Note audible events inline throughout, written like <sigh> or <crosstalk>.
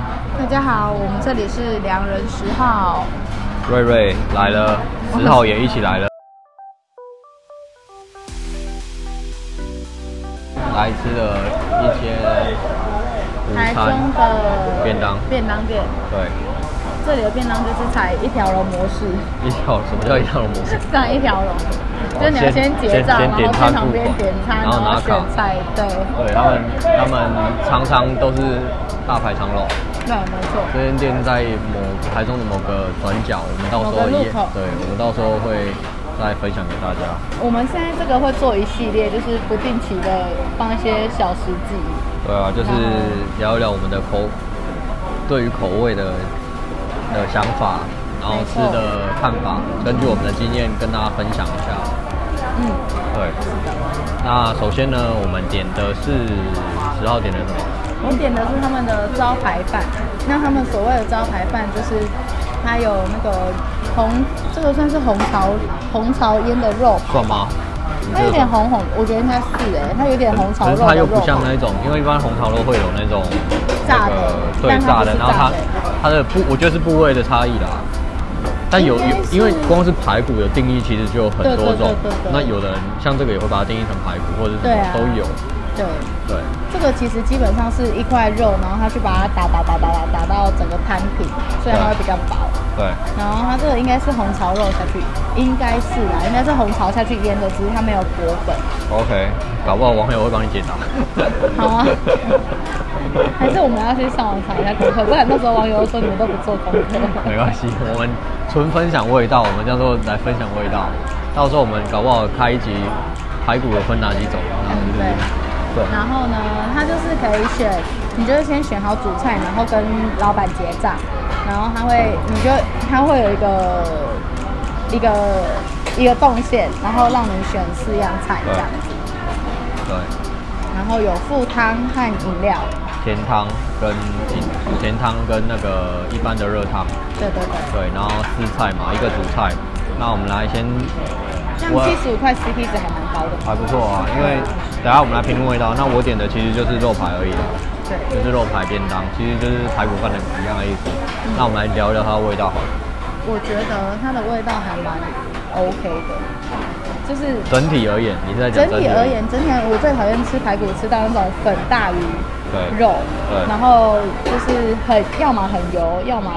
大家好，我们这里是良人十号。瑞瑞来了，十号也一起来了。来吃了一些午台中餐，的便当便当店，对，这里的便当就是采一条龙模式， <laughs> 一条什么叫一条龙模式？这样一条龙，就是你要先结账，哦先然后先点去餐旁边付款点餐，然后拿选卡菜，对对他们，他们常常都是大排长龙。对，没错。这间店在某台中的某个转角，我们到时某候个路也口对，我们到时候会再分享给大家。我们现在这个会做一系列，就是不定期的放一些小食记。对啊，就是聊一聊我们的口对于口味的的想法，然后吃的看法，根据我们的经验跟大家分享一下。嗯，对，那首先呢，我们点的是十号点的什么？我点的是他们的招牌饭。那他们所谓的招牌饭，就是它有那个红，这个算是红槽红槽腌的肉吧，蒜吗？你它这有个哎点红红，我觉得应该是哎、它有点红槽可肉是的肉。它又不像那种，因为一般红烧肉会有那种炸的那个对但它炸不的，是然后炸它的它的部我觉得是部位的差异啦。但有应该有，是因为光是排骨的定义其实就有很对对多种对对，对那有的人像这个也会把它定义成排骨或者是什对么啊都有，对，对这个其实基本上是一块肉，然后它去把它打打打打打打到整个摊平，所以它会比较薄。对然后它这个应该是红槽肉下去，应该是啦，应该是红槽下去腌的，只是它没有裹粉。 <laughs> ，OK，搞不好网友会帮你解答。好啊还是我们要去上网查一下功课，不然到时候网友说你们都不做功课。没关系，我们纯分享味道，我们叫做来分享味道。到时候我们搞不好开一集排骨有分哪几种，然后就是嗯对对然后呢，它就是可以选，你就是先选好主菜，然后跟老板结账，然后他会，你就他会有一个一个一个动线，然后让你选四样菜这样子，对。然后有附汤和饮料，甜汤跟甜汤跟那个一般的热汤，对对对，对，然后四菜嘛，一个主菜。那我们来先，这我样七十五块 CP 值还蛮高的，还不错啊，因为等下我们来评论味道。那我点的其实就是肉排而已啦，对，就是肉排便当，其实就是排骨饭的一样的意思。那我们来聊一聊它的味道好了，我觉得它的味道还蛮 OK 的，就是整体而言，你是在讲整体而言，整体而言我最讨厌吃排骨，吃到那种粉大鱼对肉对，然后就是很要么很油，要么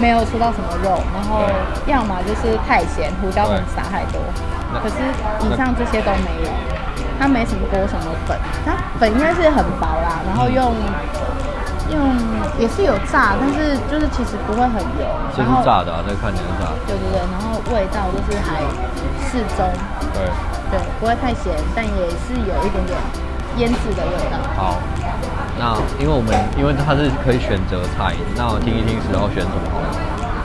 没有吃到什么肉，然后要么就是太咸，胡椒粉撒太多那。可是以上这些都没有，它没什么锅什么粉，它粉应该是很薄啦，然后用。嗯用也是有炸，但是就是其实不会很油，这然是后炸的、啊，这个看起来是炸的，对对对，然后味道就是还适中，对，对，不会太咸，但也是有一点点腌制的味道。好。那因为我们因为它是可以选择菜，那我听一听十号选什么好了。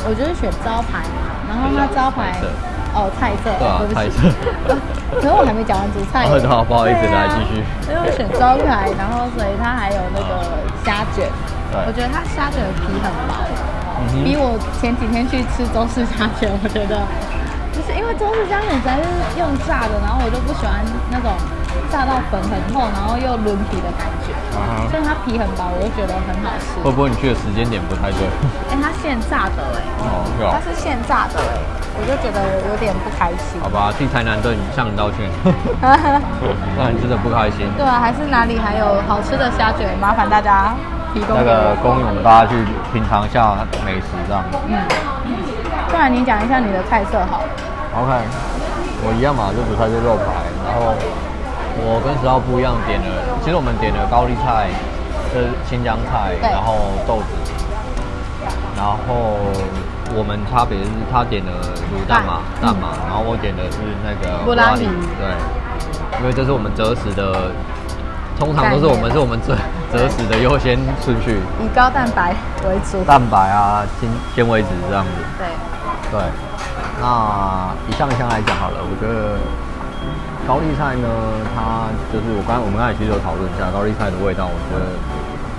我就是选招牌嘛，然后它招牌菜色哦菜色，对啊对不菜起色， <laughs> 可是我还没讲完主菜耶。 <laughs> 哦好不好意思对啊来继续啊因为我选招牌，然后所以它还有那个虾卷，对我觉得它虾卷的皮很薄。嗯哼比我前几天去吃中式虾卷，我觉得就是因为中式虾卷实在是用炸的，然后我就不喜欢那种炸到粉很厚，然后又轮皮的感觉，啊哈所以它皮很薄，我就觉得很好吃。会不会你去的时间点不 <laughs> 太对？哎、它现炸的哎、哦，是它哦。是现炸的哎、我就觉得我有点不开心 <laughs> 好。吧，替台南对你向你道 <laughs> 歉，让你真的不开心。对啊，还是哪里还有好吃的虾卷，麻烦大家提供 <laughs> 那给个我公勇，大家去品尝一下美食这样。嗯，不然你讲一下你的菜色好了。 OK，我一样嘛，就主菜是肉排，然后我跟十号不一样，点了，其实我们点了高丽菜，就是新疆菜，对然后豆子，然后我们差别是他点了卤蛋嘛，蛋嗯蛋嘛，然后我点的是那个布拉米布对，因为这是我们择食的，通常都是我概念们是我们择择食的优先顺序，以高蛋白为主。蛋白啊、纤纤维质这样子。对，对，那一项一项来讲好了，我觉得高丽菜呢，它就是我刚才我们刚才其实有讨论一下高丽菜的味道，我觉得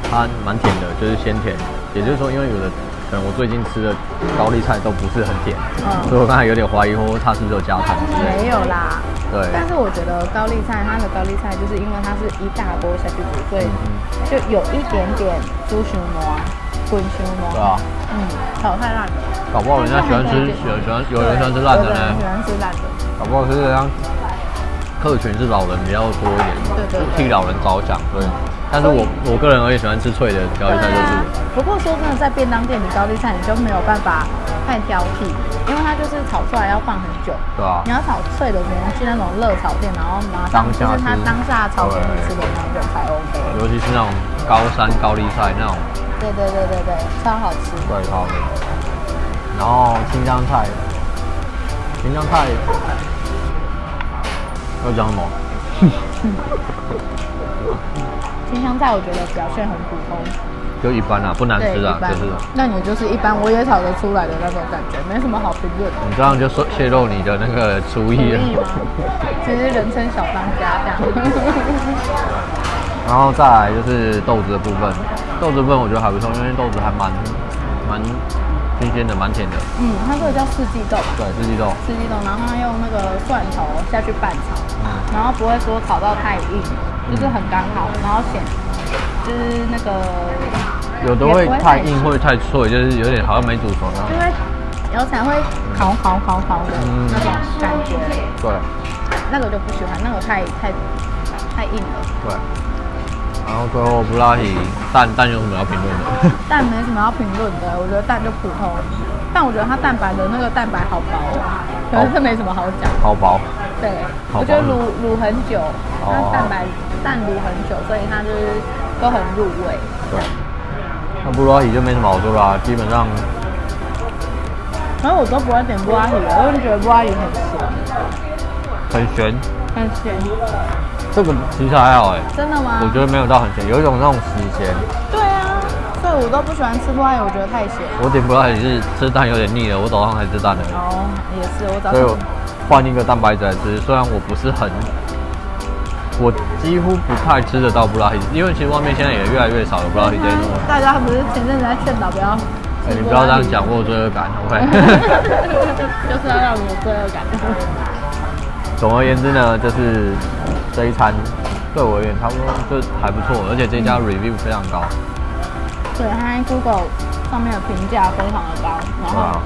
它蛮甜的，就是鲜甜。也就是说，因为有的可能我最近吃的高丽菜都不是很甜，嗯所以我刚才有点怀疑，说它是不是有加糖之类的。没有啦。对，但是我觉得高丽菜，它的高丽菜就是因为它是一大波下去煮，所以嗯就有一点点猪熊膜啊，滚熊猫。对啊，嗯，炒太烂了。搞不好人家喜欢吃喜欢喜欢有人喜欢吃烂的对有人喜呢，欢吃烂的。搞不好是这样。客群是老人比较多一点，对对对嗯替老人着想，对。但是我我个人而言喜欢吃脆的高丽菜，就是啊不过说真的，在便当店里高丽菜你就没有办法太挑剔，因为它就是炒出来要放很久。对吧、你要炒脆的，可能去那种热炒店，然后马上就是它当下炒给你吃的那种才 OK。尤其是那种高山高丽菜那种，对对对对对，超好吃。对，超美。然后青江菜，青江菜要讲什么？清香菜我觉得表现很普通，就一般啦，不难对，吃啊一，般就是。那你就是一般，我也炒得出来的那种感觉，没什么好评论。你这样就说泄露你的那个厨同艺了意。吗？其实人称小当家这样。然后再来就是豆子的部分，豆子的部分我觉得还不错，因为豆子还蛮蛮新鲜的，蛮甜的。嗯，它这个叫四季豆吧？对，四季豆。四季豆，然后它用那个蒜头下去拌炒，嗯然后不会说炒到太硬，就是很刚好，然后显就是那个有的会太硬，会太脆，就是有点好像没煮熟那就样。会有才会烤烤烤烤的嗯那种感觉，对那个就不喜欢，那个太太太硬了。对。然后最后布拉提蛋蛋有什么要评论的？蛋没什么要评论的，我觉得蛋就普通，但我觉得它蛋白的那个蛋白好薄哦，可能是没什么好讲。好薄，对，好我觉得薄卤卤很久，它哦蛋白蛋卤很久，所以它就是都很入味。对。那布拉提就没什么好说啦、基本上然后我都不会点布拉提的，我就觉得布拉提很咸，很咸。很咸。这个其实还好哎、真的吗？我觉得没有到很咸，有一种那种死咸。对啊，所以我都不喜欢吃布拉提，我觉得太咸。我点布拉提是吃蛋有点腻了，我早上才吃蛋的。哦，也是，我早所以我上嗯换一个蛋白质来吃，虽然我不是很，我几乎不太吃得到布拉提，因为其实外面现在也越来越少有布拉提这一种。大家不是前阵子在劝导不 <laughs> 要哎、吃你布不要这拉样提，讲，我有罪恶感，OK？就是要让我有罪恶感。总而言之呢，就是这一餐对我而言差不多就还不错，而且这家 review 非常高，对，它在 Google 上面的评价非常的高，然对后吧。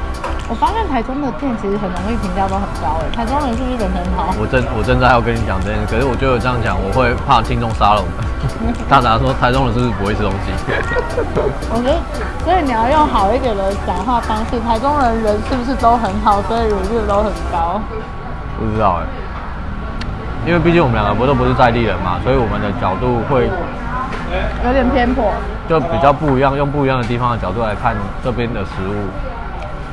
我发现台中的店其实很容易评价都很高哎，台中人是不是人很好？我正我正在要跟你讲这件事，可是我觉得我这样讲，我会怕听众杀了我们。 <laughs> 大达说台中人是不是不会吃东西？我觉得，所以你要用好一点的讲话方式。台中人人是不是都很好，所以 review 都很高？不知道哎、因为毕竟我们两个不都不是在地人嘛，所以我们的角度会有点偏颇。就比较不一样，用不一样的地方的角度来看这边的食物。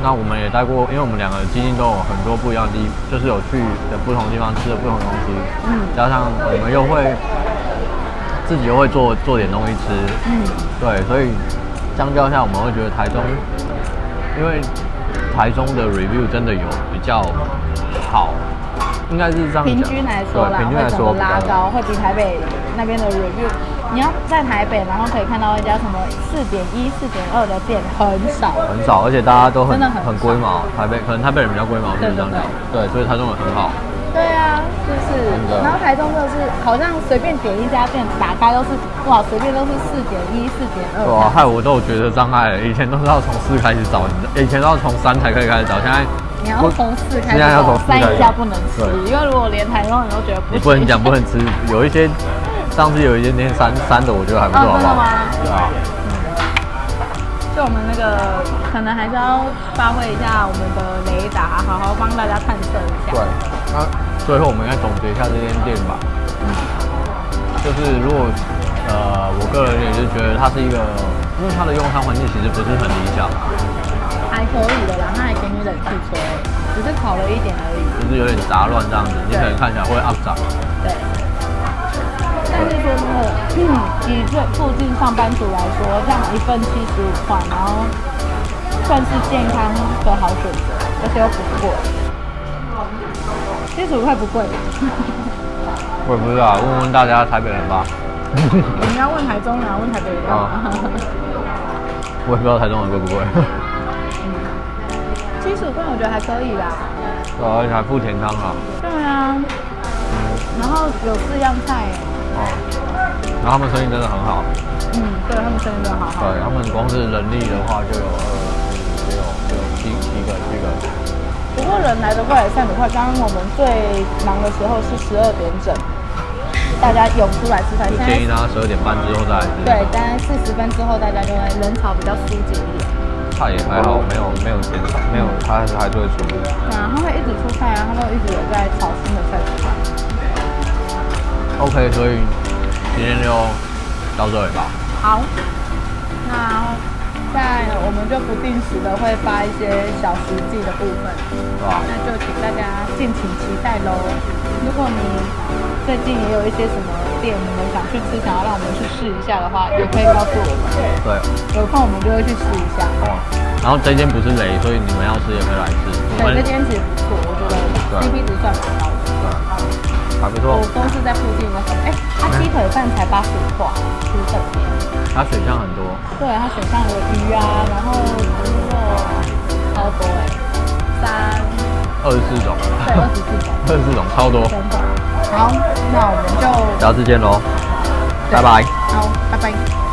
那我们也待过，因为我们两个基金都有很多不一样的地，就是有去的不同地方吃的不同东西，嗯加上我们又会自己又会做做点东西吃，嗯，对，所以相较下，我们会觉得台中，因为台中的 review 真的有比较好，应该是这样讲，平均来说对啦，平均会来整说个比拉较高，会比台北那边的 review。你要在台北，然后可以看到一家什么四点一、四点二的店很少。很少，而且大家都真很的很少龟毛，台北可能台北人比较龟毛，就是这样讲，对，所以台中人很好，对啊，是不真是？的然后台中真的是好像随便点一家店，打开都是哇，随便都是四点一、四点二。对啊，害我都有觉得障碍了，以前都是要从四开始找，你知道以前都要从三才可以开始找，现在你要从四开始现在要从找三四，开始以下不能吃对，因为如果连台中人都觉得不行，你不能讲不能吃，有一些上次有一间店三三的，我觉得还不错，哦好真不的好吗？对啊，就我们那个可能还是要发挥一下我们的雷达，好好帮大家探测一下。对，啊那最后我们应该总结一下这间店吧。嗯就是如果呃，我个人也是觉得它是一个，因为它的用餐环境其实不是很理想，还可以的啦，那还给你冷气吹，只是烤了一点而已。就是有点杂乱这样子，你可能看起来会 up 涨。对。但是说真的，以这附近上班族来说，这样一份七十五块，然后算是健康的好选择，而且又不贵。七十五块不贵， <laughs> 我也不知道，问问大家台北人吧。我们要问台中人啊，问台北人干嘛？ <laughs> 我也不知道台中人贵不贵，七十五块我觉得还可以啦。对啊而且还附甜汤啊。对啊，然后有四样菜耶，哦，然后他们生意真的很好，嗯，对他们生意都好好。对他们光是人力的话就有二四六六七七个七个，不过人来得快，也散得快。刚刚我们最忙的时候是十二点整，大家涌出来吃饭。就现建议在大家十二点半之后再来吃。对，大概四十分之后，大家就会人潮比较疏解一点。菜也还好，没有没有减少，没有它还是会出。对啊，他们一直出菜啊，他们一直有在炒新的菜出来。 OK，所以今天就到这里吧。好，那在我们就不定时的会发一些小实际的部分。是吧？那就请大家敬请期待喽。如果你最近也有一些什么店你们想去吃，想要让我们去试一下的话，也可以告诉我们，对，有空我们就会去试一下。哦。然后这间不是雷，所以你们要吃也可以来吃。对，我们这间其实不错，我觉得对 CP 值算蛮高的。对还不错我，公司在附近那个，哎，它鸡腿饭才八十五块，吃整天。它选项很多。对，它选上有鱼啊，然后猪肉啊，超多哎，三二十四种，对二十四种， <laughs> 二十四种超多。真的。好，那我们就下次见喽，拜拜。好，拜拜。